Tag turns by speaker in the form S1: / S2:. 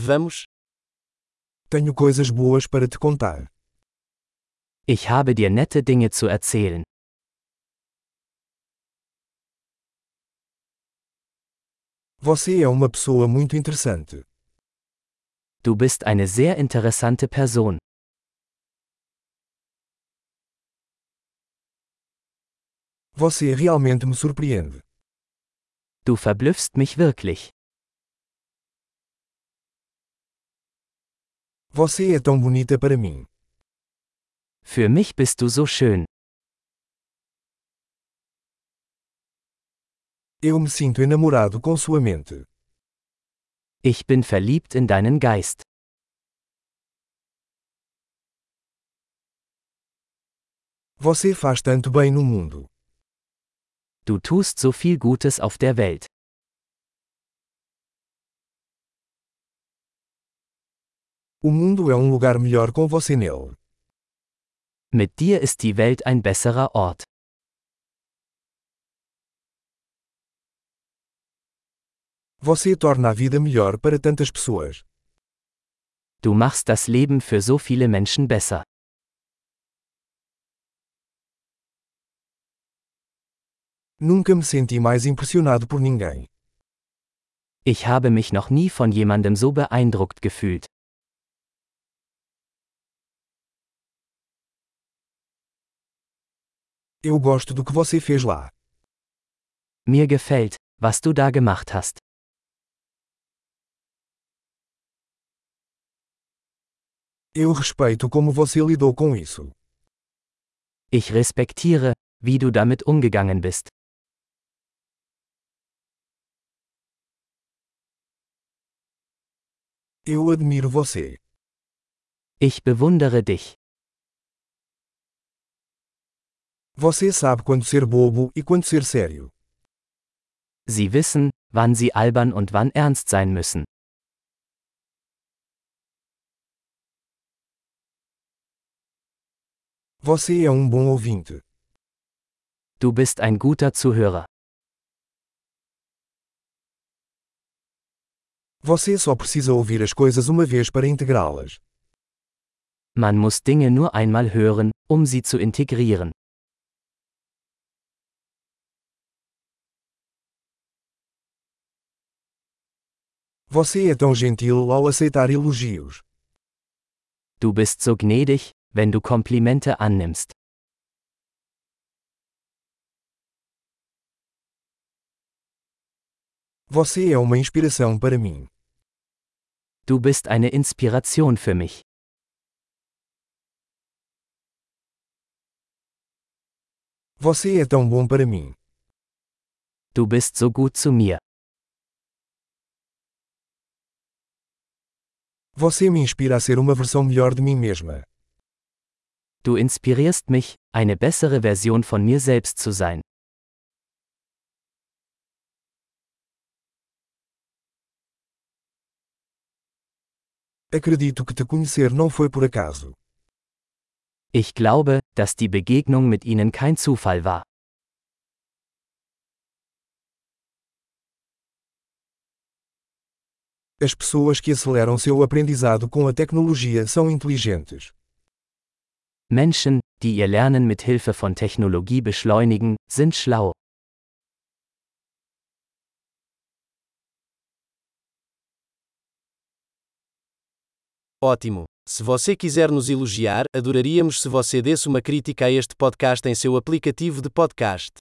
S1: Vamos.
S2: Tenho coisas boas para te contar.
S1: Ich habe dir nette Dinge zu erzählen.
S2: Você é uma pessoa muito interessante.
S1: Du bist eine sehr interessante Person.
S2: Você realmente me surpreende.
S1: Du verblüffst mich wirklich.
S2: Você é tão bonita para mim.
S1: Für mich bist du so schön.
S2: Eu me sinto enamorado com sua mente.
S1: Ich bin verliebt in deinen Geist.
S2: Você faz tanto bem no mundo.
S1: Du tust so viel Gutes auf der Welt.
S2: O mundo é um lugar melhor com você nele.
S1: Mit dir ist die Welt ein besserer Ort.
S2: Você torna a vida melhor para tantas pessoas.
S1: Du machst das Leben für so viele Menschen besser.
S2: Nunca me senti mais impressionado por ninguém.
S1: Ich habe mich noch nie von jemandem so beeindruckt gefühlt.
S2: Eu gosto do que você fez lá.
S1: Mir gefällt, was du da gemacht hast.
S2: Eu respeito como você lidou com isso.
S1: Ich respektiere, wie du damit umgegangen bist.
S2: Eu admiro você.
S1: Ich bewundere dich.
S2: Você sabe quando ser bobo e quando ser sério.
S1: Sie wissen, wann sie albern und wann ernst sein müssen.
S2: Você é um bom ouvinte.
S1: Du bist ein guter Zuhörer.
S2: Você só precisa ouvir as coisas uma vez para integrá-las.
S1: Man muss Dinge nur einmal hören, um sie zu integrieren.
S2: Você é tão gentil ao aceitar elogios.
S1: Du bist so gnädig, wenn du Komplimente annimmst.
S2: Você é uma inspiração para mim.
S1: Du bist eine Inspiration für mich.
S2: Você é tão bom para mim.
S1: Du bist so gut zu mir.
S2: Você me inspira a ser uma versão melhor de mim mesma.
S1: Du inspirierst mich, eine bessere Version von mir selbst zu sein.
S2: Acredito que te conhecer não foi por acaso.
S1: Ich glaube, dass die Begegnung mit ihnen kein Zufall war.
S2: As pessoas que aceleram seu aprendizado com a tecnologia são inteligentes.
S1: Menschen, die ihr Lernen mit Hilfe von Technologie beschleunigen, sind schlau.
S3: Ótimo! Se você quiser nos elogiar, adoraríamos se você desse uma crítica a este podcast em seu aplicativo de podcast.